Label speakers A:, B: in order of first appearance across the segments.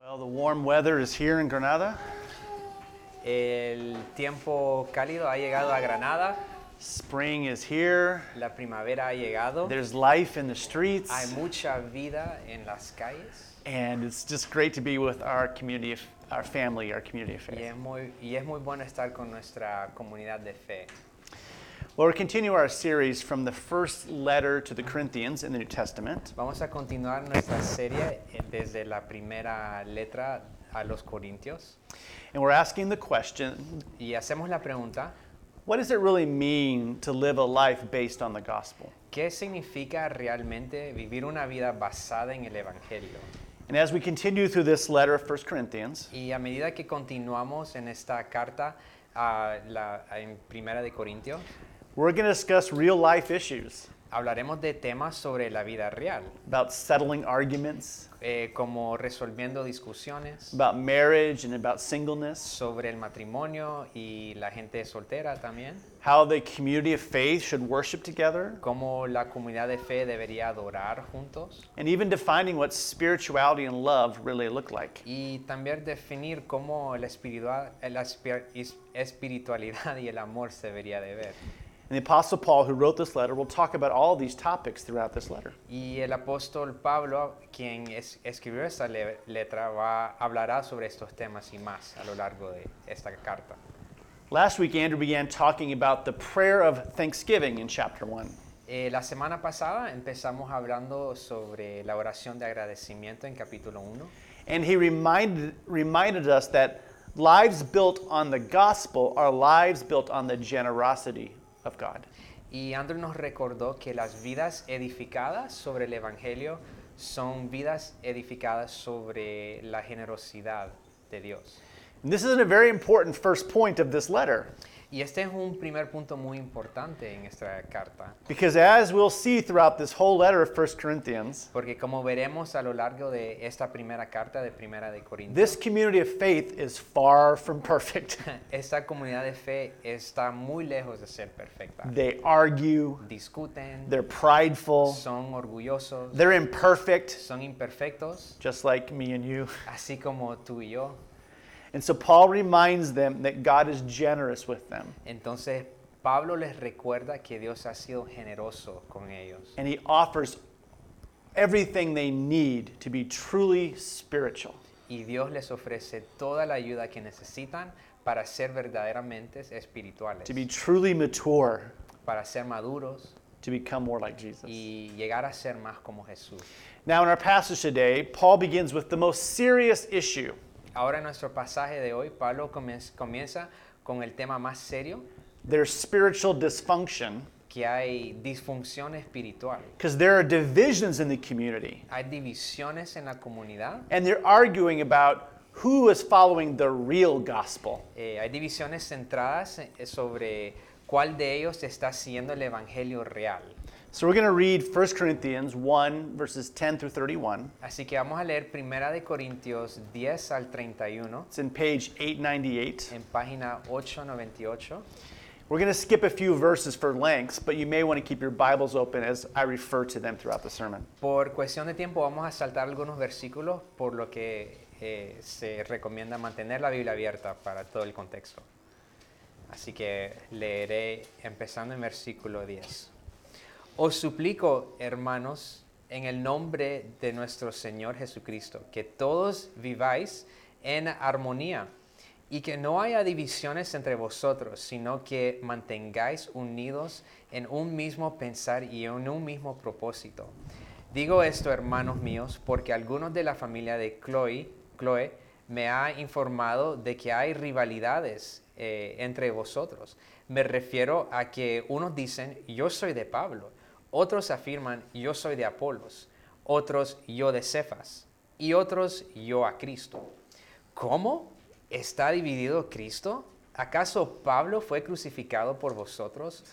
A: How the warm weather is here in Granada.
B: El tiempo cálido ha llegado a Granada,
A: Spring is here.
B: la primavera ha llegado,
A: There's life in the streets.
B: hay mucha vida en las calles
A: and it's just great to be with our community, of, our family, our community of faith.
B: y es, muy, y es muy bueno estar con nuestra comunidad de fe.
A: Well, we continue our series from the first letter to the Corinthians in the New Testament.
B: Vamos a continuar nuestra serie eh, desde la primera letra a los Corintios
A: And we're asking the question
B: y hacemos la pregunta,
A: what does it really mean to live a life based on the gospel?
B: ¿qué significa realmente vivir una vida basada en el Evangelio?
A: And as we continue through this letter of 1 Corinthians,
B: Y a medida que continuamos en esta carta a la- en Primera de Corintios,
A: we're going to discuss real life issues
B: hablaremos de temas sobre la vida real,
A: about settling arguments,
B: eh, como resolviendo discusiones
A: about marriage, and about singleness.
B: sobre el matrimonio y la gente soltera también,
A: how the community of faith should worship together,
B: cómo la comunidad de fe debería adorar juntos
A: and even defining what spirituality and love really look like.
B: y también definir cómo la, espiritua- la espi- is- espiritualidad y el amor se debería de ver.
A: And the Apostle Paul, who wrote this letter, will talk about all these topics throughout this letter.
B: Y el apóstol Pablo, quien es- escribió esta le- letra, va, hablará sobre estos temas y más a lo largo de esta carta.
A: Last week, Andrew began talking about the prayer of thanksgiving in chapter 1.
B: Eh, la semana pasada empezamos hablando sobre la oración de agradecimiento en capítulo 1
A: And he reminded, reminded us that lives built on the gospel are lives built on the generosity of God.
B: y Andrew nos recordó que las vidas edificadas sobre el Evangelio son vidas edificadas sobre la generosidad de Dios.
A: And this is a very important first point of this letter.
B: Y este es un primer punto muy importante en esta carta.
A: Because as we'll see throughout this whole letter of 1 Corinthians,
B: Porque como veremos a lo largo de esta primera carta de Primera de Corintios,
A: This community of faith is far from perfect.
B: esta comunidad de fe está muy lejos de ser perfecta.
A: They argue,
B: Discuten,
A: they're prideful,
B: son orgullosos,
A: they're imperfect,
B: son imperfectos,
A: just like me and you.
B: así como tú y yo.
A: And so Paul reminds them that God is generous with them,
B: Entonces Pablo les recuerda que Dios ha sido generoso con ellos
A: and he offers everything they need to be truly spiritual.
B: y Dios les ofrece toda la ayuda que necesitan para ser verdaderamente espirituales,
A: To be truly mature,
B: para ser maduros
A: to become more like Jesus.
B: y llegar a ser más como Jesús.
A: Now, in our passage today, Paul begins with the most serious issue
B: Ahora en nuestro pasaje de hoy, Pablo comenz- comienza con el tema más serio,
A: their spiritual dysfunction,
B: que hay disfunción espiritual.
A: because there are divisions in the community.
B: Hay divisiones en la comunidad,
A: and they're arguing about who is following the real gospel.
B: eh, hay divisiones centradas en- sobre cuál de ellos está siendo el evangelio real.
A: So we're going to read 1 Corinthians 1, verses 10 through 31.
B: Así que vamos a leer Primera de Corintios 10 al 31
A: It's in page 898.
B: en página 898.
A: We're going to skip a few verses for lengths, but you may want to keep your Bibles open as I refer to them throughout the sermon.
B: Por cuestión de tiempo vamos a saltar algunos versículos, por lo que eh, se recomienda mantener la Biblia abierta para todo el contexto. Así que leeré empezando en versículo 10. Os suplico, hermanos, en el nombre de nuestro Señor Jesucristo, que todos viváis en armonía y que no haya divisiones entre vosotros, sino que mantengáis unidos en un mismo pensar y en un mismo propósito. Digo esto, hermanos míos, porque algunos de la familia de Chloe, Chloe me ha informado de que hay rivalidades eh, entre vosotros. Me refiero a que unos dicen, yo soy de Pablo, otros afirman, yo soy de Apolos, otros, yo de Cefas, y otros, yo a Cristo. ¿Cómo? ¿Está dividido Cristo? ¿Acaso Pablo fue crucificado por vosotros?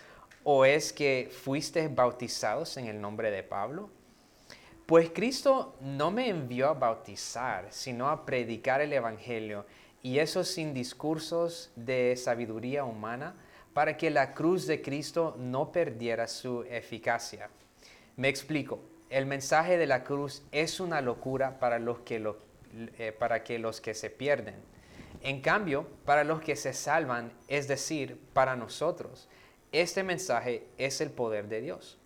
B: ¿O es que fuisteis bautizados en el nombre de Pablo? Pues Cristo no me envió a bautizar, sino a predicar el Evangelio, y eso sin discursos de sabiduría humana, para que la cruz de Cristo no perdiera su eficacia. Me explico, el mensaje de la cruz es una locura para los que lo, eh, para que los que se pierden. En cambio, para los que se salvan, es decir, para nosotros, este mensaje es el poder de Dios.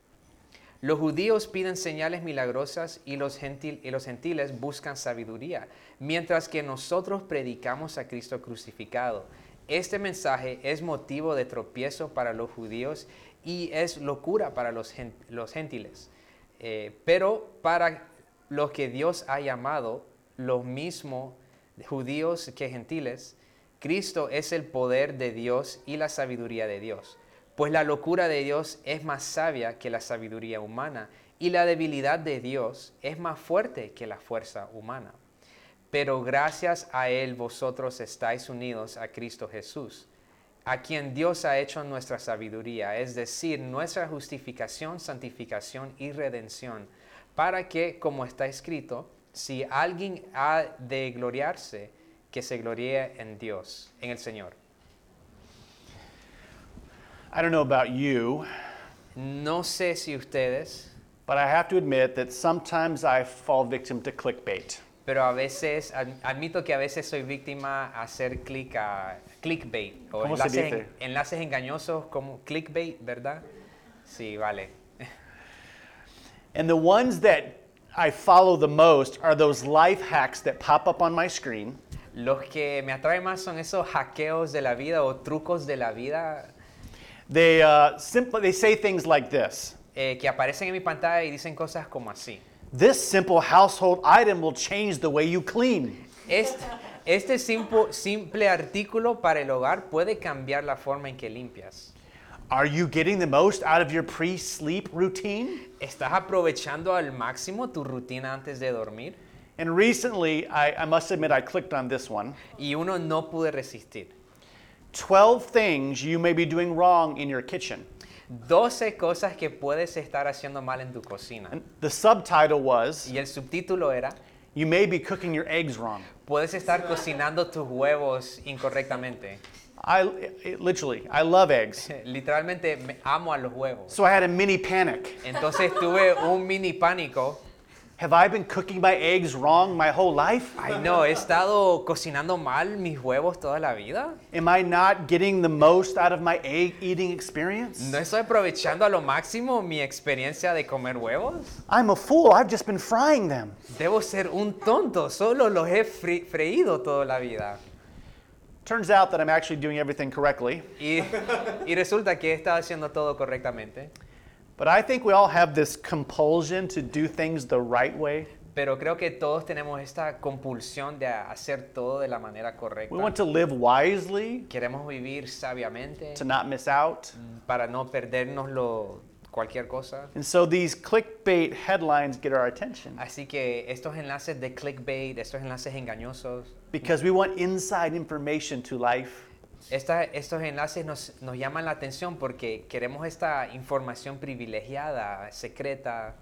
B: Los judíos piden señales milagrosas y los, gentil- y los gentiles buscan sabiduría, mientras que nosotros predicamos a Cristo crucificado. Este mensaje es motivo de tropiezo para los judíos y es locura para los, gen- los gentiles. Eh, pero para los que Dios ha llamado, los mismos judíos que gentiles, Cristo es el poder de Dios y la sabiduría de Dios. Pues la locura de Dios es más sabia que la sabiduría humana y la debilidad de Dios es más fuerte que la fuerza humana. Pero gracias a Él vosotros estáis unidos a Cristo Jesús, a quien Dios ha hecho nuestra sabiduría, es decir, nuestra justificación, santificación y redención, para que, como está escrito, si alguien ha de gloriarse, que se gloríe en Dios, en el Señor.
A: I don't know about you,
B: No sé si ustedes,
A: but I have to admit that sometimes I fall victim to clickbait.
B: pero a veces, ad- admito que a veces soy víctima a hacer clic a clickbait o
A: ¿Cómo se
B: enlaces, en-
A: dice?
B: enlaces engañosos como clickbait, ¿verdad? Sí, vale.
A: And the ones that I follow the most are those life hacks that pop up on my screen
B: Los que me atraen más son esos hackeos de la vida o trucos de la vida
A: They uh, simply they say things like this.
B: eh, que aparecen en mi pantalla y dicen cosas como así.
A: This simple household item will change the way you clean.
B: Este, este simple, simple artículo para el hogar puede cambiar la forma en que limpias.
A: Are you getting the most out of your pre-sleep routine?
B: ¿Estás aprovechando al máximo tu rutina antes de dormir?
A: And recently, I, I must admit I clicked on this one.
B: Y uno no pude resistir.
A: 12 things you may be doing wrong in your kitchen.
B: 12 cosas que puedes estar haciendo mal en tu cocina.
A: The subtitle was
B: Y el subtítulo era,
A: You may be cooking your eggs wrong.
B: puedes estar cocinando tus huevos incorrectamente.
A: I it- it- literally, I love eggs.
B: Literalmente me amo a los huevos.
A: So I had a mini panic.
B: Entonces tuve un mini pánico.
A: Have I been cooking my eggs wrong my whole life?
B: Ay no, he estado cocinando mal mis huevos toda la vida.
A: Am I not getting the most out of my egg eating experience?
B: ¿No estoy aprovechando a lo máximo mi experiencia de comer huevos?
A: I'm a fool. I've just been frying them.
B: Debo ser un tonto, solo los he fri- freído toda la vida.
A: Turns out that I'm actually doing everything correctly.
B: Y, y resulta que he estado haciendo todo correctamente.
A: But I think we all have this compulsion to do things the right way.
B: Pero creo que todos tenemos esta compulsión de a- hacer todo de la manera
A: We
B: correcta.
A: want to live wisely,
B: Queremos vivir sabiamente
A: to not miss out.
B: para no perdernos lo- cualquier cosa.
A: And so these clickbait headlines get our attention
B: Así que estos enlaces de clickbait, estos enlaces engañosos,
A: because we want inside information to life.
B: esta- estos enlaces nos, nos llaman la atención porque queremos esta información privilegiada, secreta.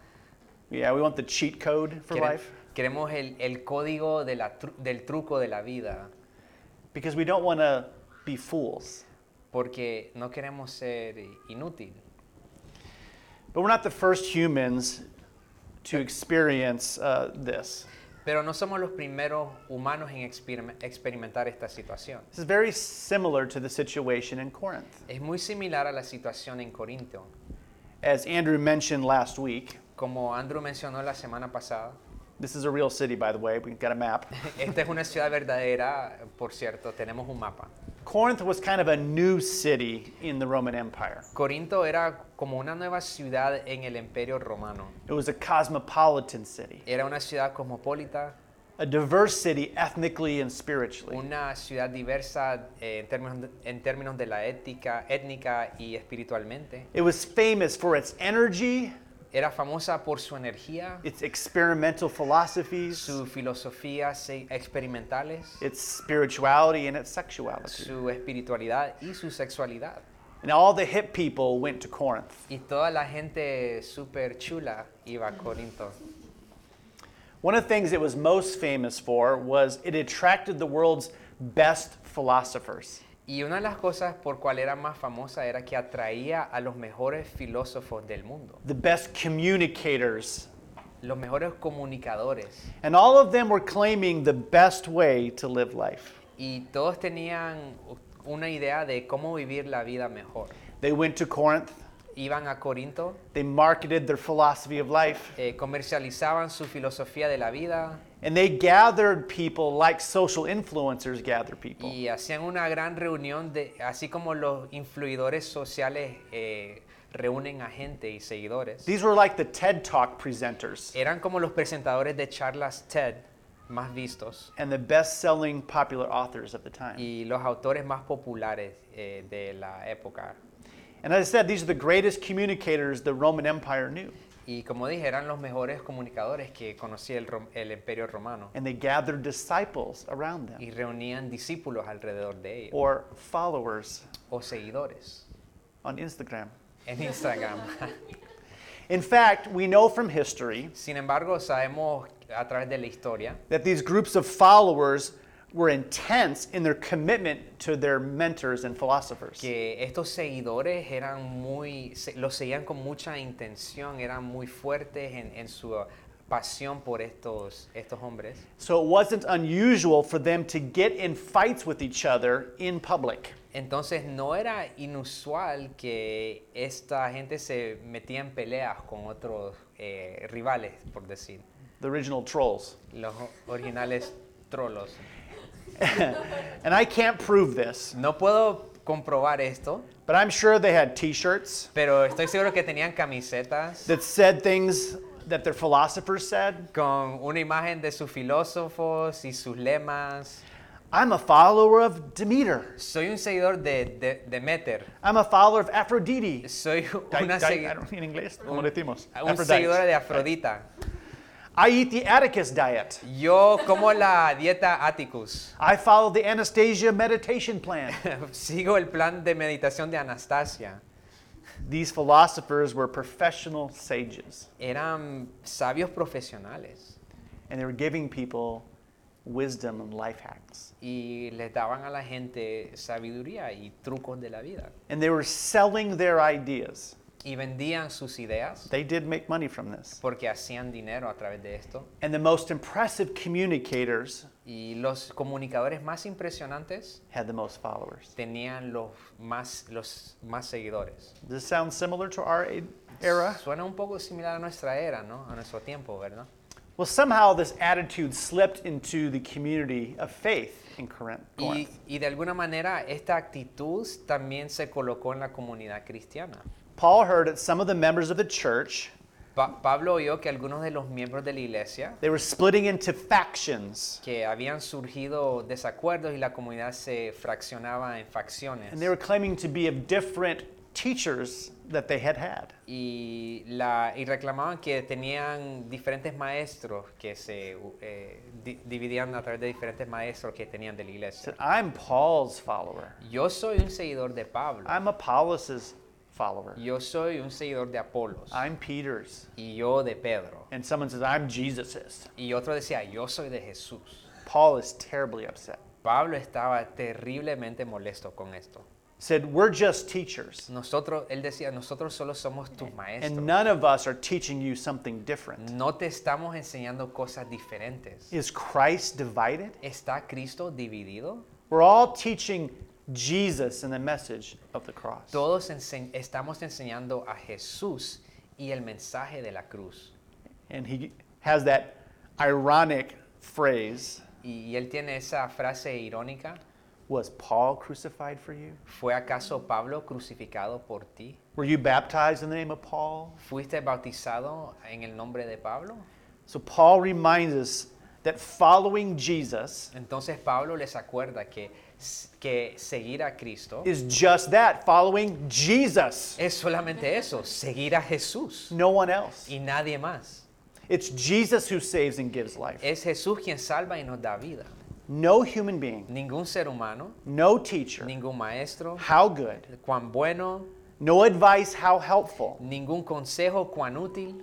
A: Yeah, we want the cheat code for
B: Quere-
A: life
B: Queremos el, el código de la tru- del truco de la vida
A: because we don't want to be fools.
B: porque no queremos ser inútil.
A: But we're not the first humans to experience uh, this.
B: Pero no somos los primeros humanos en experime- experimentar esta situación.
A: This is very similar to the situation in Corinth.
B: Es muy similar a la situación en Corinto.
A: As Andrew mentioned last week,
B: Como Andrew mencionó la semana pasada,
A: this is a real city, by the way. We've got a map.
B: esta es una ciudad verdadera, por cierto, tenemos un mapa.
A: Corinth was kind of a new city in the Roman Empire.
B: Corinto era como una nueva ciudad en el imperio romano.
A: It was a cosmopolitan city,
B: Era una ciudad cosmopolita,
A: a diverse city ethnically and spiritually.
B: una ciudad diversa eh, en, términos de, en términos de la ética, étnica y espiritualmente.
A: It was famous for its energy,
B: Era famosa por su energía,
A: its experimental philosophies,
B: sus filosofías se- experimentales,
A: its spirituality, and its sexuality.
B: su espiritualidad y su sexualidad.
A: And all the hip people went to Corinth.
B: Y toda la gente súper chula iba a Corinto.
A: One of the things it was most famous for was it attracted the world's best philosophers.
B: Y una de las cosas por cual era más famosa era que atraía a los mejores filósofos del mundo,
A: the best communicators
B: los mejores comunicadores
A: And all of them were claiming the best way to live life.
B: y todos tenían u- una idea de cómo vivir la vida mejor.
A: They went to Corinth,
B: Iban a Corinto,
A: they marketed their philosophy of life,
B: eh, comercializaban su filosofía de la vida
A: and they gathered people like social influencers gather people.
B: y hacían una gran reunión, de, así como los influidores sociales eh, reúnen a gente y seguidores.
A: These were like the TED Talk presenters
B: Eran como los presentadores de charlas TED más vistos
A: and the best selling popular authors of the time.
B: y los autores más populares eh, de la época.
A: And as I said, these are the greatest communicators the Roman Empire knew.
B: Y como dije, eran los mejores comunicadores que conocía el, rom- el imperio romano
A: And they gathered disciples around them
B: y reunían discípulos alrededor de ellos
A: or followers
B: o seguidores
A: on Instagram.
B: en Instagram.
A: In fact, we know from history
B: Sin embargo, sabemos a través de la historia
A: that these groups of followers were intense in their commitment to their mentors and philosophers.
B: que estos seguidores eran muy, se- los seguían con mucha intención, eran muy fuertes en, en su uh, pasión por estos, estos hombres.
A: So it wasn't unusual for them to get in fights with each other in public.
B: Entonces no era inusual que esta gente se metía en peleas con otros eh, rivales, por decir,
A: The original trolls.
B: los originales trolos.
A: And I can't prove this,
B: No puedo comprobar esto,
A: but I'm sure they had t shirts
B: pero estoy seguro que tenían camisetas
A: that said things that their philosophers said.
B: con una imagen de sus filósofos y sus lemas.
A: I'm a follower of Demeter.
B: Soy un seguidor de, de- Demeter.
A: I'm a follower of Aphrodite.
B: Soy
A: Di- di-
B: una segui-
A: I don't- en inglés, ¿cómo
B: un-
A: decimos?
B: un
A: Aphrodite.
B: seguidor de Afrodita.
A: I eat the Atticus diet.
B: Yo como la dieta Atticus.
A: I follow the Anastasia meditation plan.
B: Sigo el plan de meditación de Anastasia.
A: These philosophers were professional sages,
B: Eran sabios profesionales
A: and they were giving people wisdom and life hacks.
B: y les daban a la gente sabiduría y trucos de la vida.
A: And they were selling their ideas.
B: Y vendían sus ideas
A: They did make money from this.
B: porque hacían dinero a través de esto.
A: And the most impressive communicators
B: Y los comunicadores más impresionantes
A: had the most followers.
B: tenían los más, los más seguidores.
A: Does this sound similar to our a- era?
B: Suena un poco similar a nuestra era, ¿no? A nuestro tiempo, ¿verdad?
A: Well, somehow this attitude slipped into the community of faith in Corinth.
B: Y,
A: Corinth.
B: y de alguna manera esta actitud también se colocó en la comunidad cristiana.
A: Paul heard that some of the members of the church
B: Pa- Pablo oyó que algunos de los miembros de la iglesia
A: they were splitting into factions.
B: que habían surgido desacuerdos y la comunidad se fraccionaba en facciones
A: And they were claiming to be of different teachers that they had had.
B: y, la, y reclamaban que tenían diferentes maestros que se u- eh, di- dividían a través de diferentes maestros que tenían de la iglesia.
A: Said, I'm Paul's follower.
B: Yo soy un seguidor de Pablo,
A: I'm Apollos' follower.
B: yo soy un seguidor de Apolos
A: I'm Peter's.
B: y yo de Pedro.
A: And someone says, I'm Jesus's.
B: Y otro decía, yo soy de Jesús.
A: Paul is terribly upset.
B: Pablo estaba terriblemente molesto con esto.
A: Said, We're just teachers.
B: Nosotros, él decía, nosotros solo somos tus maestros.
A: And none of us are teaching you something different.
B: No te estamos enseñando cosas diferentes.
A: Is Christ divided?
B: ¿Está Cristo dividido?
A: We're all teaching Jesus and the message of the cross.
B: Todos ense- estamos enseñando a Jesús y el mensaje de la cruz.
A: And he has that ironic phrase
B: Y, y él tiene esa frase irónica,
A: Was Paul crucified for you?
B: ¿fue acaso Pablo crucificado por ti?
A: Were you baptized in the name of Paul?
B: ¿Fuiste bautizado en el nombre de Pablo?
A: So Paul reminds us that following Jesus
B: Entonces Pablo les acuerda que, s- que seguir a Cristo
A: is just that following Jesus,
B: es solamente eso, seguir a Jesús
A: no one else.
B: y nadie más.
A: It's Jesus who saves and gives life.
B: Es Jesús quien salva y nos da vida.
A: No human being,
B: Ningún ser humano,
A: no teacher,
B: ningún maestro,
A: how good,
B: cuán bueno,
A: no advice, how helpful,
B: ningún consejo, cuán útil,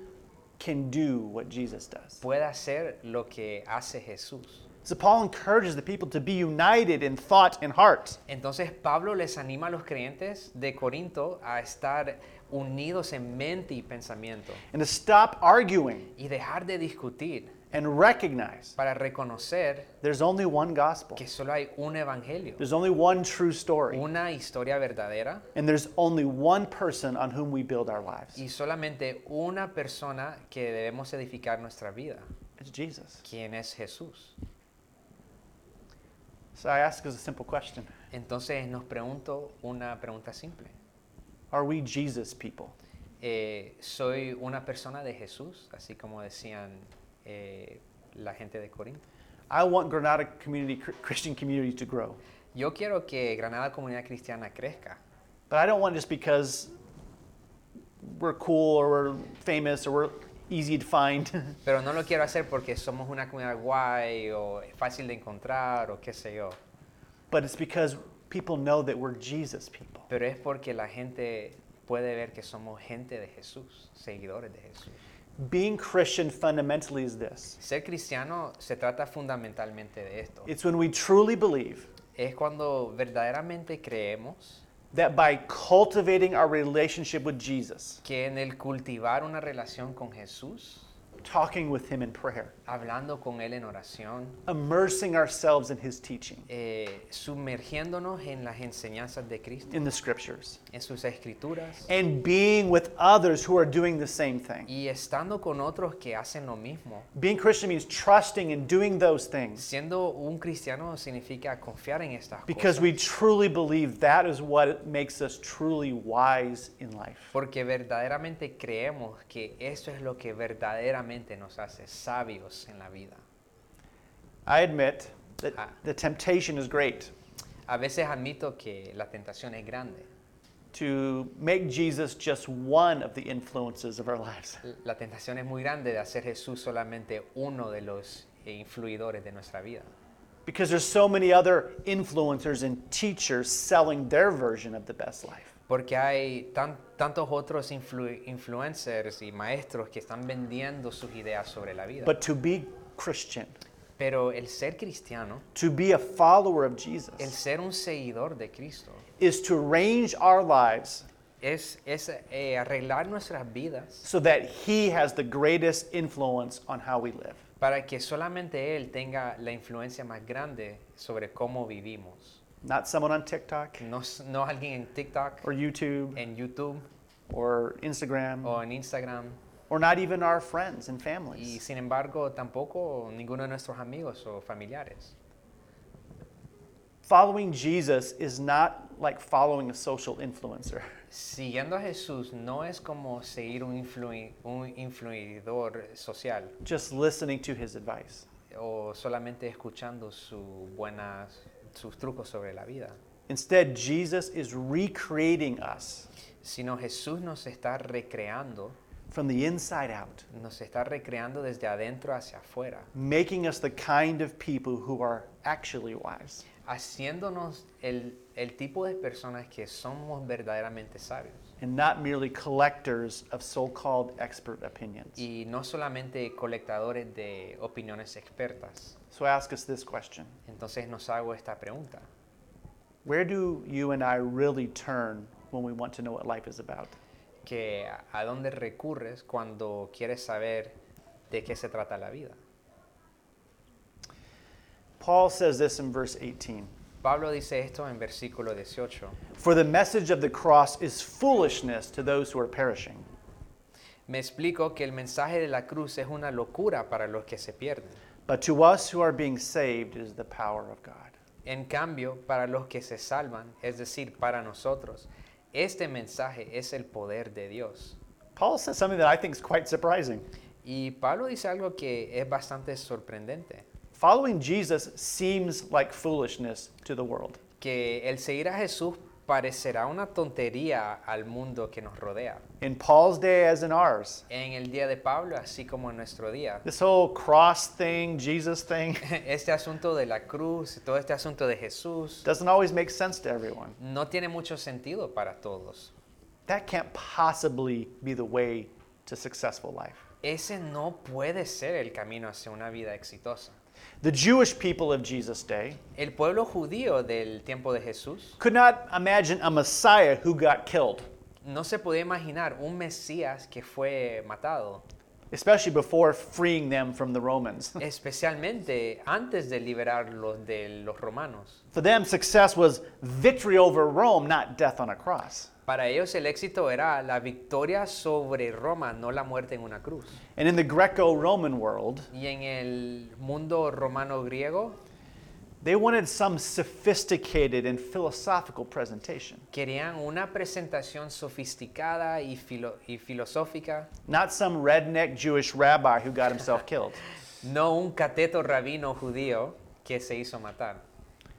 A: can do what Jesus does.
B: puede hacer lo que hace Jesús.
A: So Paul encourages the people to be united in thought and heart.
B: Entonces Pablo les anima a los creyentes de Corinto a estar unidos en mente y pensamiento
A: and to stop arguing
B: y dejar de discutir
A: and recognize
B: para reconocer
A: there's only one gospel,
B: que solo hay un evangelio,
A: there's only one true story,
B: una historia verdadera
A: and there's only one person on whom we build our lives.
B: y solamente una persona que debemos edificar nuestra vida,
A: It's Jesus.
B: quien es Jesús.
A: So I ask us a simple question
B: Entonces nos pregunto una pregunta simple.
A: Are we Jesus people?
B: Eh, ¿Soy una persona de Jesús? Así como decían eh, la gente de Corinto.
A: I want Granada community, Chr- Christian community to grow.
B: Yo quiero que Granada Comunidad Cristiana crezca,
A: But I don't want it just because we're cool or we're famous or we're easy to find.
B: pero no lo quiero hacer porque somos una comunidad guay o fácil de encontrar o qué sé yo.
A: but it's because people know that we're Jesus people.
B: Pero es porque la gente puede ver que somos gente de Jesús, seguidores de Jesús.
A: Being Christian fundamentally is this
B: Ser cristiano se trata fundamentalmente de esto.
A: it's when we truly believe
B: Es cuando verdaderamente creemos
A: that by cultivating our relationship with Jesus,
B: que en el cultivar una relación con Jesús,
A: talking with Him in prayer,
B: hablando con Él en oración,
A: immersing ourselves in His teaching,
B: eh, sumergiéndonos en las enseñanzas de Cristo,
A: in the scriptures,
B: en sus escrituras,
A: and being with others who are doing the same thing.
B: y estando con otros que hacen lo mismo.
A: Being Christian means trusting and doing those things
B: Siendo un cristiano significa confiar en estas
A: because
B: cosas.
A: we truly believe that is what makes us truly wise in life.
B: Porque verdaderamente creemos que eso es lo que verdaderamente nos hace sabios en la vida.
A: I admit that
B: Ah.
A: the temptation is great
B: A veces admito que la tentación es grande.
A: to make Jesus just one of the influences of our lives.
B: La tentación es muy grande de hacer Jesús solamente uno de los eh, influidores de nuestra vida.
A: Because there's so many other influencers and teachers selling their version of the best life.
B: Porque hay tan- tantos otros influ- influencers y maestros que están vendiendo sus ideas sobre la vida.
A: But to be Christian,
B: Pero el ser cristiano,
A: to be a follower of
B: el
A: Jesus,
B: ser un seguidor de Cristo,
A: is to arrange our lives
B: es, es eh, arreglar nuestras vidas
A: so that He has the greatest influence on how we live.
B: para que solamente Él tenga la influencia más grande sobre cómo vivimos.
A: Not someone on TikTok
B: No, s- no alguien en TikTok,
A: or YouTube
B: en YouTube
A: or Instagram
B: o en Instagram.
A: or not even our friends and
B: Y
A: families.
B: sin embargo, tampoco ninguno de nuestros amigos o familiares.
A: Following Jesus is not like following a social influencer.
B: Siguiendo a Jesús no es como seguir un, influi- un influidor social
A: Just listening to his advice.
B: o solamente escuchando sus buenas, sus trucos sobre la vida,
A: Instead, Jesus is recreating us
B: sino Jesús nos está recreando,
A: from the inside out,
B: nos está recreando desde adentro hacia afuera.
A: making us the kind of people who are actually wise.
B: haciéndonos el, el tipo de personas que somos verdaderamente sabios
A: And not merely collectors of so called expert opinions.
B: y no solamente colectadores de opiniones expertas.
A: So, I ask us this question
B: Entonces nos hago esta pregunta.
A: Where do you and I really turn when we want to know what life is about?
B: Que, a- ¿A dónde recurres cuando quieres saber de qué se trata la vida?
A: Paul says this in verse 18
B: Pablo dice esto en versículo 18.
A: For the message of the cross is foolishness to those who are perishing.
B: Me explico que el mensaje de la cruz es una locura para los que se pierden.
A: But to us who are being saved is the power of God.
B: En cambio, para los que se salvan, es decir, para nosotros, este mensaje es el poder de Dios.
A: Paul says something that I think is quite surprising.
B: Y Pablo dice algo que es bastante sorprendente,
A: Following Jesus seems like foolishness to the world.
B: que el seguir a Jesús parecerá una tontería al mundo que nos rodea.
A: In Paul's day, as in ours,
B: En el día de Pablo, así como en nuestro día,
A: this whole cross thing, Jesus thing,
B: este asunto de la cruz, todo este asunto de Jesús,
A: doesn't always make sense to everyone.
B: no tiene mucho sentido para todos.
A: That can't possibly be the way to successful life.
B: Ese no puede ser el camino hacia una vida exitosa.
A: The Jewish people of Jesus' day
B: El pueblo judío del tiempo de Jesús
A: could not imagine a Messiah who got killed.
B: no se podía imaginar un Mesías que fue matado,
A: especially before freeing them from the Romans.
B: especialmente antes de liberarlos de los romanos.
A: For them, success was victory over Rome, not death on a cross.
B: Para ellos el éxito era la victoria sobre Roma, no la muerte en una cruz.
A: And in the Greco Roman world,
B: Y en el mundo romano griego
A: they wanted some sophisticated and philosophical presentation,
B: querían una presentación sofisticada y, filo- y filosófica,
A: not some redneck Jewish rabbi who got himself killed.
B: no un cateto rabino judío que se hizo matar.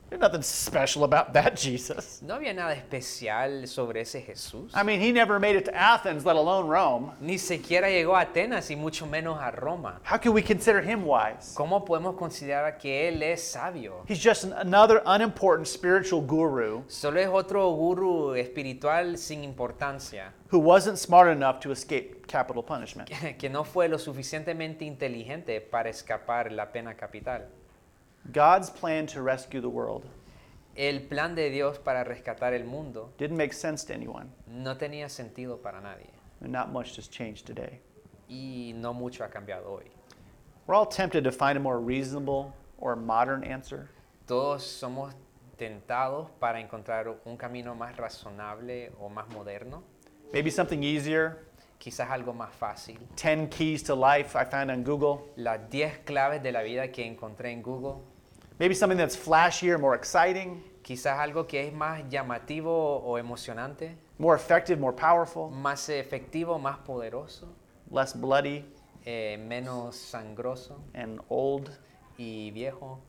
A: There's nothing special about that Jesus.
B: No había nada especial sobre ese Jesús.
A: I mean, he never made it to Athens, let alone Rome.
B: Ni siquiera llegó a Atenas y mucho menos a Roma.
A: How can we consider him wise?
B: ¿Cómo podemos considerar que él es sabio?
A: He's just an- another unimportant spiritual guru
B: Solo es otro gurú espiritual sin importancia,
A: who wasn't smart enough to escape capital punishment.
B: que no fue lo suficientemente inteligente para escapar la pena capital.
A: God's plan to rescue the world
B: El plan de Dios para rescatar el mundo
A: didn't make sense to anyone,
B: no tenía sentido para nadie
A: and not much has changed today.
B: y no mucho ha cambiado hoy.
A: We're all tempted to find a more reasonable or modern answer,
B: Todos somos tentados para encontrar un camino más razonable o más moderno,
A: maybe something easier.
B: quizás algo más fácil.
A: 10 keys to life I found on Google,
B: Las 10 claves de la vida que encontré en Google,
A: maybe something that's flashier, more exciting,
B: quizás algo que es más llamativo o emocionante.
A: more effective, more powerful,
B: más efectivo, más poderoso,
A: less bloody
B: eh, menos sangroso
A: and old.
B: y viejo.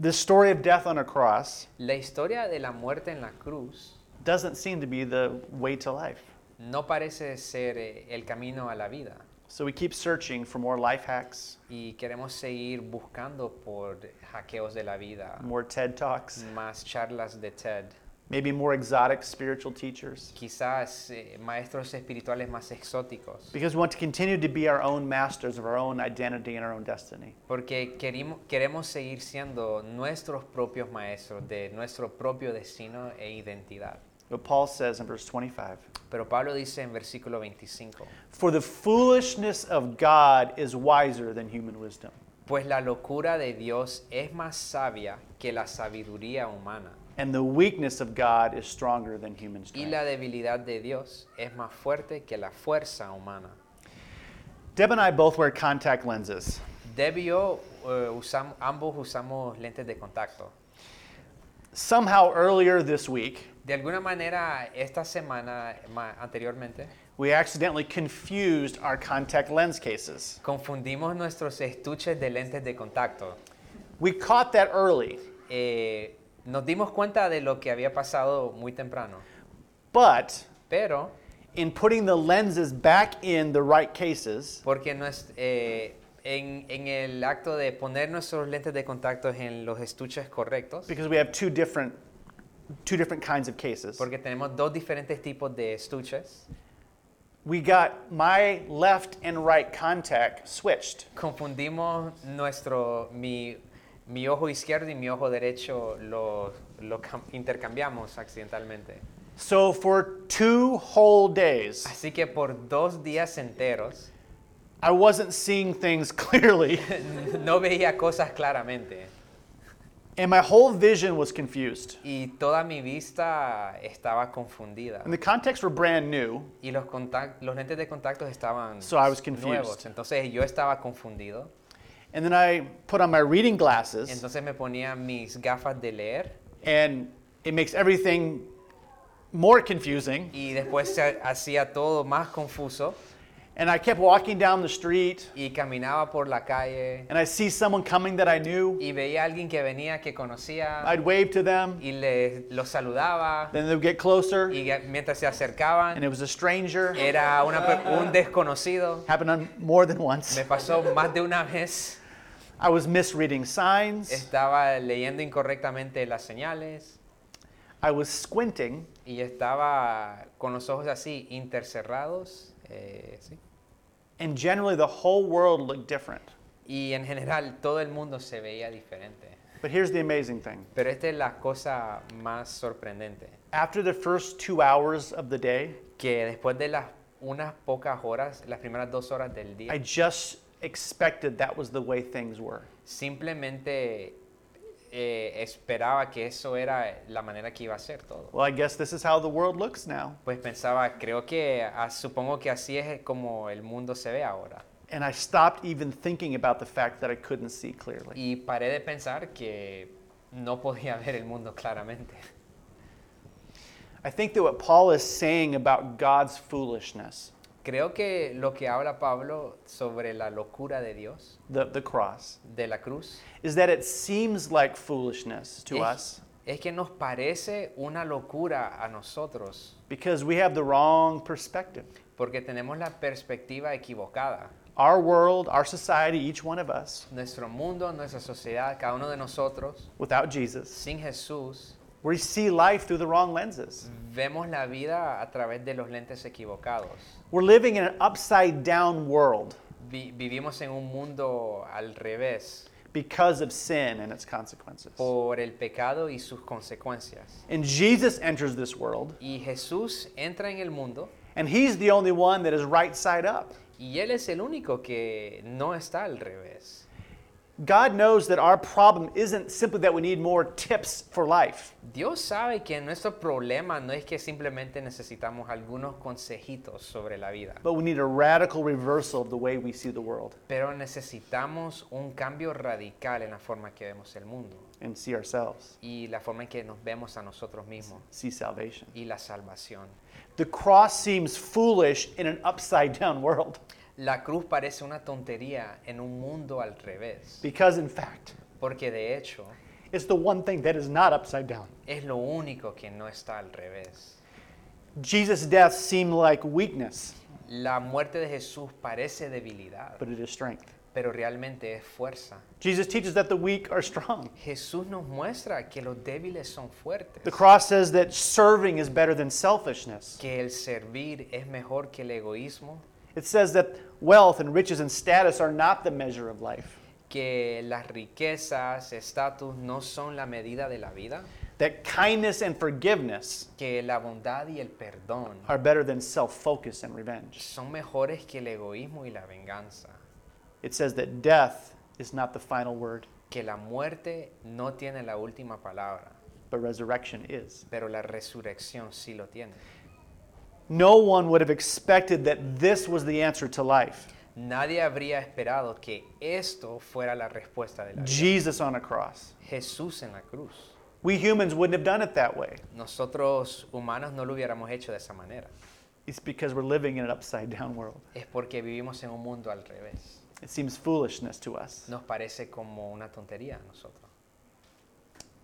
A: The story of death on a cross
B: La historia de la muerte en la cruz
A: doesn't seem to be the way to life.
B: no parece ser eh, el camino a la vida
A: So we keep searching for more life hacks,
B: y queremos seguir buscando por hackeos de la vida,
A: more TED Talks,
B: más charlas de TED,
A: maybe more exotic spiritual teachers,
B: quizás eh, maestros espirituales más exóticos,
A: because we want to continue to be our own masters of our own identity and our own destiny.
B: porque querimo- queremos seguir siendo nuestros propios maestros de nuestro propio destino e identidad.
A: But Paul says in verse 25,
B: Pero Pablo dice en versículo 25.
A: For the foolishness of God is wiser than human wisdom,
B: Pues la locura de Dios es más sabia que la sabiduría humana,
A: and the weakness of God is stronger than human
B: y
A: strength.
B: la debilidad de Dios es más fuerte que la fuerza humana.
A: Deb and I both wear contact lenses.
B: Deb y yo eh, usam- ambos usamos lentes de contacto.
A: Somehow earlier this week,
B: De alguna manera, esta semana ma- anteriormente,
A: we accidentally confused our contact lens cases.
B: confundimos nuestros estuches de lentes de contacto.
A: We caught that early,
B: Eh, nos dimos cuenta de lo que había pasado muy temprano,
A: but
B: pero
A: in putting the lenses back in the right cases,
B: Porque nues- eh, en, en el acto de poner nuestros lentes de contacto en los estuches correctos,
A: because we have two different two different kinds of cases.
B: porque tenemos dos diferentes tipos de estuches,
A: We got my left and right contact switched.
B: confundimos nuestro, mi, mi ojo izquierdo y mi ojo derecho, lo, lo cam- intercambiamos accidentalmente.
A: So for two whole days,
B: Así que por dos días enteros
A: I wasn't seeing things clearly,
B: no veía cosas claramente
A: and my whole vision was confused.
B: y toda mi vista estaba confundida.
A: And the contacts were brand new,
B: y los, contac- los lentes de contacto estaban
A: So I was confused.
B: nuevos. Entonces yo estaba confundido.
A: and then I put on my reading glasses,
B: Entonces me ponía mis gafas de leer
A: and it makes everything more confusing.
B: y después se hacía todo más confuso
A: And I kept walking down the street,
B: y caminaba por la calle
A: and I see someone coming that I knew.
B: y veía a alguien que venía que conocía
A: I'd wave to them,
B: y le, los saludaba
A: then they'd get closer,
B: y que- mientras se
A: and
B: acercaban
A: it was a stranger.
B: era una per- un desconocido.
A: Happened on more than once.
B: Me pasó más de una vez.
A: I was misreading signs.
B: Estaba leyendo incorrectamente las señales
A: I was squinting,
B: y estaba con los ojos así intercerrados. eh, sí.
A: and generally the whole world looked different.
B: Y en general todo el mundo se veía diferente.
A: But here's the amazing thing
B: Pero esta es la cosa más sorprendente,
A: after the first two hours of the day,
B: que después de las unas pocas horas, las primeras dos horas del día,
A: I just expected that was the way things were.
B: simplemente eh, esperaba que eso era la manera que iba a ser todo.
A: Well, I guess this is how the world looks now.
B: Pues pensaba, creo que ah, supongo que así es como el mundo se ve ahora.
A: And I stopped even thinking about the fact that I couldn't see clearly.
B: Y paré de pensar que no podía ver el mundo claramente.
A: I think that what Paul is saying about God's foolishness,
B: Creo que lo que habla Pablo sobre la locura de Dios,
A: the, the cross,
B: de la cruz,
A: is that it seems like foolishness to us
B: es, es que nos parece una locura a nosotros
A: because we have the wrong perspective.
B: porque tenemos la perspectiva equivocada.
A: Our world, our society, each one of us,
B: Nuestro mundo, nuestra sociedad, cada uno de nosotros,
A: without Jesus,
B: sin Jesús,
A: we see life through the wrong lenses.
B: vemos la vida a través de los lentes equivocados.
A: We're living in an upside down world
B: Vi- vivimos en un mundo al revés
A: because of sin and its consequences.
B: por el pecado y sus consecuencias.
A: And Jesus enters this world,
B: Y Jesús entra en el mundo
A: and he's the only one that is right side up.
B: y Él es el único que no está al revés.
A: God knows that our problem isn't simply that we need more tips for life.
B: Dios sabe que nuestro problema no es que simplemente necesitamos algunos consejitos sobre la vida,
A: But we need a radical reversal of the way we see the world
B: pero necesitamos un cambio radical en la forma que vemos el mundo
A: and see ourselves,
B: y la forma en que nos vemos a nosotros mismos
A: see salvation.
B: y la salvación.
A: The cross seems foolish in an upside down world
B: La cruz parece una tontería en un mundo al revés,
A: because, in fact,
B: porque de hecho
A: it's the one thing that is not upside down.
B: es lo único que no está al revés.
A: Jesus' death seemed like weakness,
B: La muerte de Jesús parece debilidad,
A: but it is strength.
B: pero realmente es fuerza.
A: Jesus teaches that the weak are strong.
B: Jesús nos muestra que los débiles son fuertes,
A: The cross says that serving is better than selfishness.
B: que el servir es mejor que el egoísmo,
A: It says that wealth and riches and status are not the measure of life,
B: que las riquezas, estatus no son la medida de la vida,
A: that kindness and forgiveness
B: que la bondad y el perdón
A: are better than self focus and revenge.
B: son mejores que el egoísmo y la venganza,
A: It says that death is not the final word,
B: que la muerte no tiene la última palabra,
A: but resurrection is.
B: pero la resurrección sí lo tiene.
A: No one would have expected that this was the answer to life
B: Nadie habría esperado que esto fuera la respuesta de la vida.
A: Jesus on a cross.
B: Jesús en la cruz.
A: We humans wouldn't have done it that way.
B: Nosotros humanos no lo hubiéramos hecho de esa manera.
A: It's because we're living in an upside down world.
B: Es porque vivimos en un mundo al revés.
A: It seems foolishness to us.
B: Nos parece como una tontería a nosotros.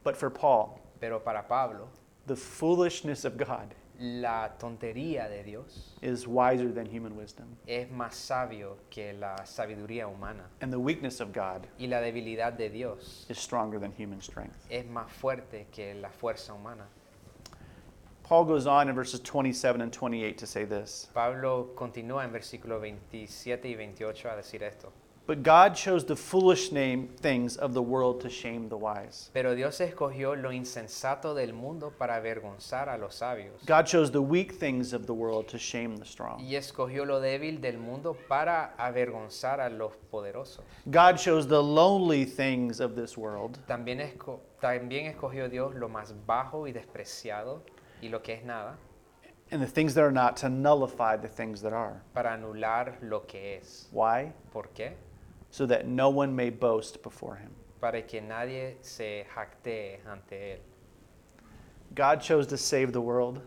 A: But for Paul,
B: Pero para Pablo,
A: the foolishness of God
B: la tontería de Dios
A: is wiser than human wisdom,
B: es más sabio que la sabiduría humana.
A: and the weakness of God
B: Y la debilidad de Dios
A: is stronger than human strength.
B: es más fuerte que la fuerza humana.
A: Paul goes on in verses 27 and 28 to say this
B: Pablo continúa en versículos 27 y 28 a decir esto.
A: But God chose the foolish name things of the world to shame the wise.
B: Pero Dios escogió lo insensato del mundo para avergonzar a los sabios.
A: God chose the weak things of the world to shame the strong.
B: Y escogió lo débil del mundo para avergonzar a los poderosos.
A: God chose the lonely things of this world
B: También, esco- también escogió Dios lo más bajo y despreciado y lo que es nada
A: and the things that are not to nullify the things that are.
B: para anular lo que es.
A: Why?
B: ¿Por qué?
A: So that no one may boast before him.
B: Para que nadie se jactee ante Él.
A: God chose to save the world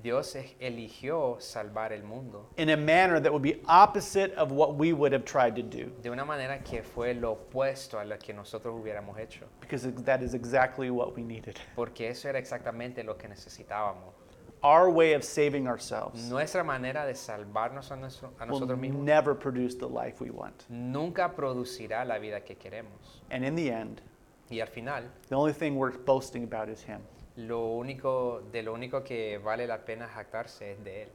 B: Dios es- eligió salvar el mundo
A: in a manner that would be opposite of what we would have tried to do,
B: de una manera que fue lo opuesto a lo que nosotros hubiéramos hecho.
A: because that is exactly what we needed.
B: Porque eso era exactamente lo que necesitábamos.
A: Our way of saving ourselves
B: Nuestra manera de salvarnos a, nuestro- a
A: will
B: nosotros mismos
A: never produce the life we want.
B: nunca producirá la vida que queremos.
A: And in the end,
B: Y al final,
A: the only thing worth boasting about is Him.
B: lo único, de lo único que vale la pena jactarse es de Él.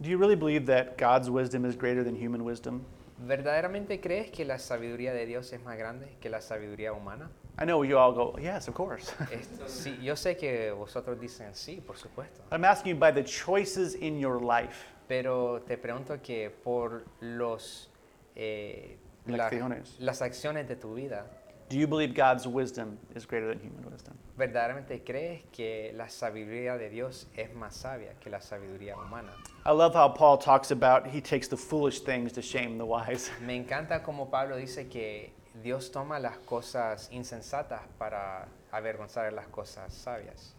A: Do you really believe that God's wisdom is greater than human wisdom?
B: ¿Verdaderamente crees que la sabiduría de Dios es más grande que la sabiduría humana?
A: I know you all go, yes, of course.
B: Esto- sí, yo sé que vosotros dicen sí, por supuesto,
A: I'm asking you by the choices in your life.
B: pero te pregunto que por los, eh, la-
A: Lecciones.
B: las acciones de tu vida,
A: Do you believe God's wisdom is greater than human wisdom?
B: ¿verdaderamente crees que la sabiduría de Dios es más sabia que la sabiduría humana?
A: I love how Paul talks about he takes the foolish things to shame the wise.
B: Me encanta como Pablo dice que Dios toma las cosas insensatas para avergonzar las cosas sabias.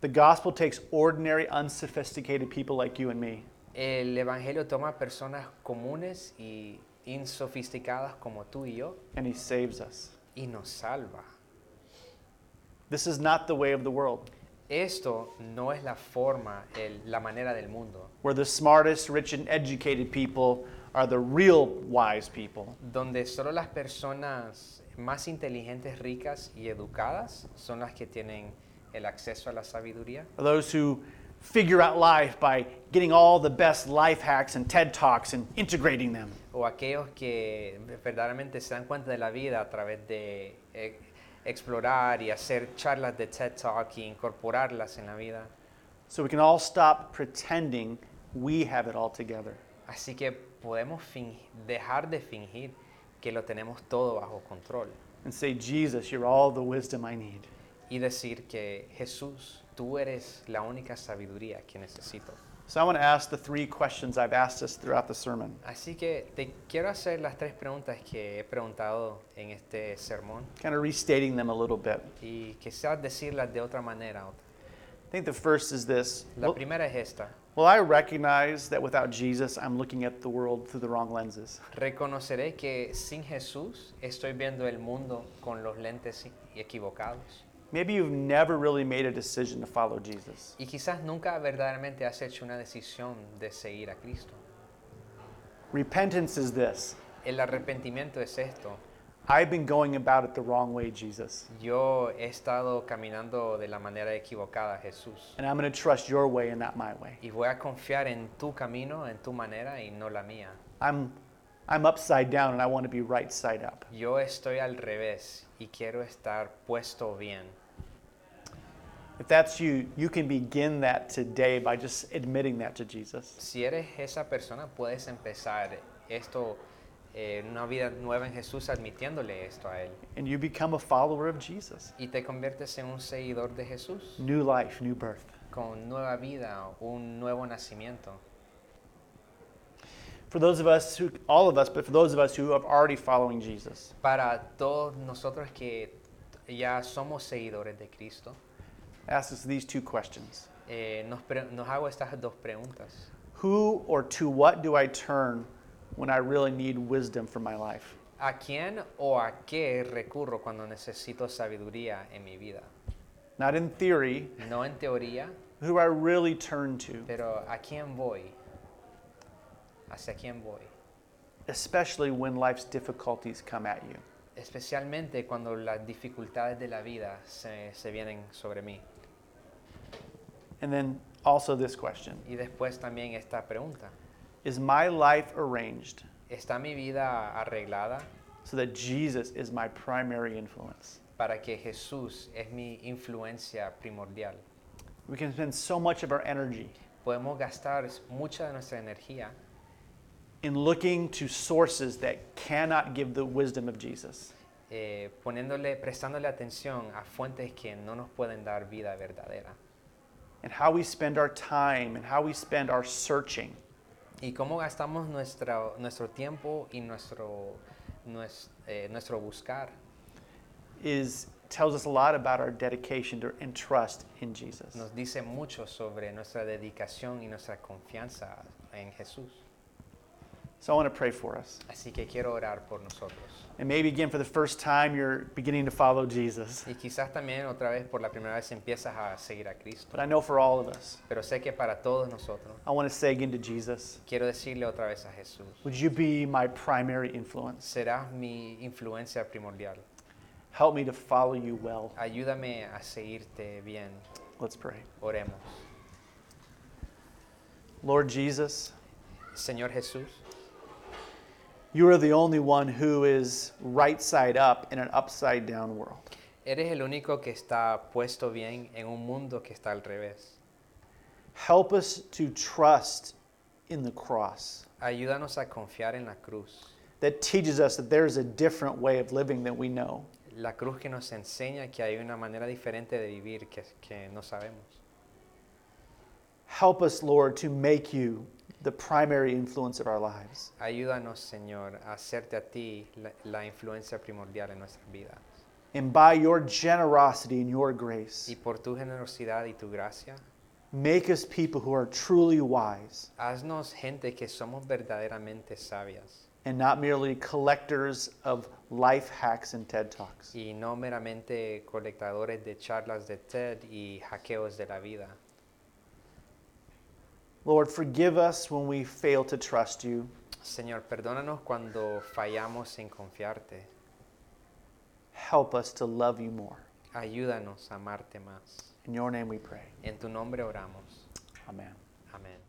A: The gospel takes ordinary, unsophisticated people like you and me
B: El Evangelio toma personas comunes y insofisticadas como tú y yo
A: and he saves us.
B: y nos salva.
A: This is not the way of the world,
B: Esto no es la forma, el- la manera del mundo,
A: where the smartest, rich, and educated people are the real wise people.
B: donde solo las personas más inteligentes, ricas y educadas son las que tienen el acceso a la sabiduría.
A: Those who figure out life by getting all the best life hacks and TED Talks and integrating them.
B: o aquellos que verdaderamente se dan cuenta de la vida a través de eh, explorar y hacer charlas de TED Talk y incorporarlas en la vida.
A: So we can all stop pretending we have it all together.
B: Así que podemos fingi- dejar de fingir que lo tenemos todo bajo control
A: and say, Jesus, you're all the wisdom I need.
B: y decir que Jesús, tú eres la única sabiduría que necesito.
A: So I want to ask the three questions I've asked us throughout the sermon.
B: Así que te quiero hacer las tres preguntas que he preguntado en este sermón
A: kind of restating them a little bit.
B: y quizás decirlas de otra manera.
A: I think the first is this
B: La
A: Will,
B: primera es esta.
A: will I recognize that without Jesus, I'm looking at the world through the wrong lenses?
B: Reconoceré que sin Jesús estoy viendo el mundo con los lentes i- equivocados.
A: Maybe you've never really made a decision to follow Jesus.
B: Y quizás nunca verdaderamente has hecho una decisión de seguir a Cristo.
A: Repentance is this
B: El arrepentimiento es esto.
A: I've been going about it the wrong way, Jesus,
B: Yo he estado caminando de la manera equivocada, Jesús.
A: and I'm going to trust your way and not my way.
B: Y voy a confiar en tu camino, en tu manera y no la mía.
A: I'm, I'm upside down and I want to be right side up.
B: Yo estoy al revés y quiero estar puesto bien.
A: If that's you, you can begin that today by just admitting that to Jesus.
B: Si eres esa persona, puedes empezar esto, eh, una vida nueva en Jesús, admitiéndole esto a Él.
A: And you become a follower of Jesus.
B: Y te conviertes en un seguidor de Jesús,
A: New life, new birth.
B: con nueva vida, un nuevo nacimiento.
A: For those of us who, all of us, but for those of us who are already following Jesus,
B: Para todos nosotros que ya somos seguidores de Cristo,
A: ask us these two questions
B: eh, nos, pre- nos hago estas dos preguntas.
A: Who or to what do I turn when I really need wisdom for my life?
B: ¿A quién o a qué recurro cuando necesito sabiduría en mi vida?
A: Not in theory,
B: No en teoría,
A: who do I really turn to,
B: pero ¿a quién voy? ¿Hacia quién voy?
A: especially when life's difficulties come at you?
B: especialmente cuando las dificultades de la vida se, se vienen sobre mí.
A: And then also this question
B: Y después también esta pregunta,
A: Is my life arranged
B: ¿está mi vida arreglada
A: so that Jesus is my primary influence.
B: para que Jesús es mi influencia primordial?
A: We can spend so much of our energy
B: Podemos gastar mucha de nuestra energía
A: in looking to sources that cannot give the wisdom of Jesus.
B: eh, poniéndole, prestándole atención a fuentes que no nos pueden dar vida verdadera.
A: And how we spend our time and how we spend our searching
B: Y cómo gastamos nuestra- nuestro tiempo y nuestro, nues- eh, nuestro buscar
A: is tells us a lot about our dedication to, and trust in Jesus.
B: nos dice mucho sobre nuestra dedicación y nuestra confianza en Jesús.
A: So I want to pray for us.
B: Así que quiero orar por nosotros.
A: And maybe again for the first time you're beginning to follow Jesus.
B: Y quizás también otra vez por la primera vez empiezas a seguir a Cristo.
A: But I know for all of us,
B: Pero sé que para todos nosotros,
A: I want to say again to Jesus,
B: quiero decirle otra vez a Jesús,
A: would you be my primary influence?
B: serás mi influencia primordial.
A: Help me to follow you well.
B: Ayúdame a seguirte bien.
A: Let's pray.
B: Oremos.
A: Lord Jesus,
B: Señor Jesús,
A: You are the only one who is right side up in an upside down world.
B: Eres el único que está puesto bien en un mundo que está al revés.
A: Help us to trust in the cross
B: Ayúdanos a confiar en la cruz.
A: that teaches us that there is a different way of living that we know.
B: La cruz que nos enseña que hay una manera diferente de vivir que, que no sabemos.
A: Help us, Lord, to make you the primary influence of our lives.
B: Ayúdanos, Señor, a hacerte a ti la, la influencia primordial en nuestras vidas.
A: And by your generosity and your grace,
B: Y por tu generosidad y tu gracia,
A: make us people who are truly wise
B: haznos gente que somos verdaderamente sabias
A: and not merely collectors of life hacks and TED Talks.
B: y no meramente colectadores de charlas de TED y hackeos de la vida.
A: Lord, forgive us when we fail to trust you.
B: Señor, perdónanos cuando fallamos en confiarte.
A: Help us to love you more.
B: Ayúdanos a amarte más.
A: In your name we pray.
B: En tu nombre oramos.
A: Amen.
B: Amén.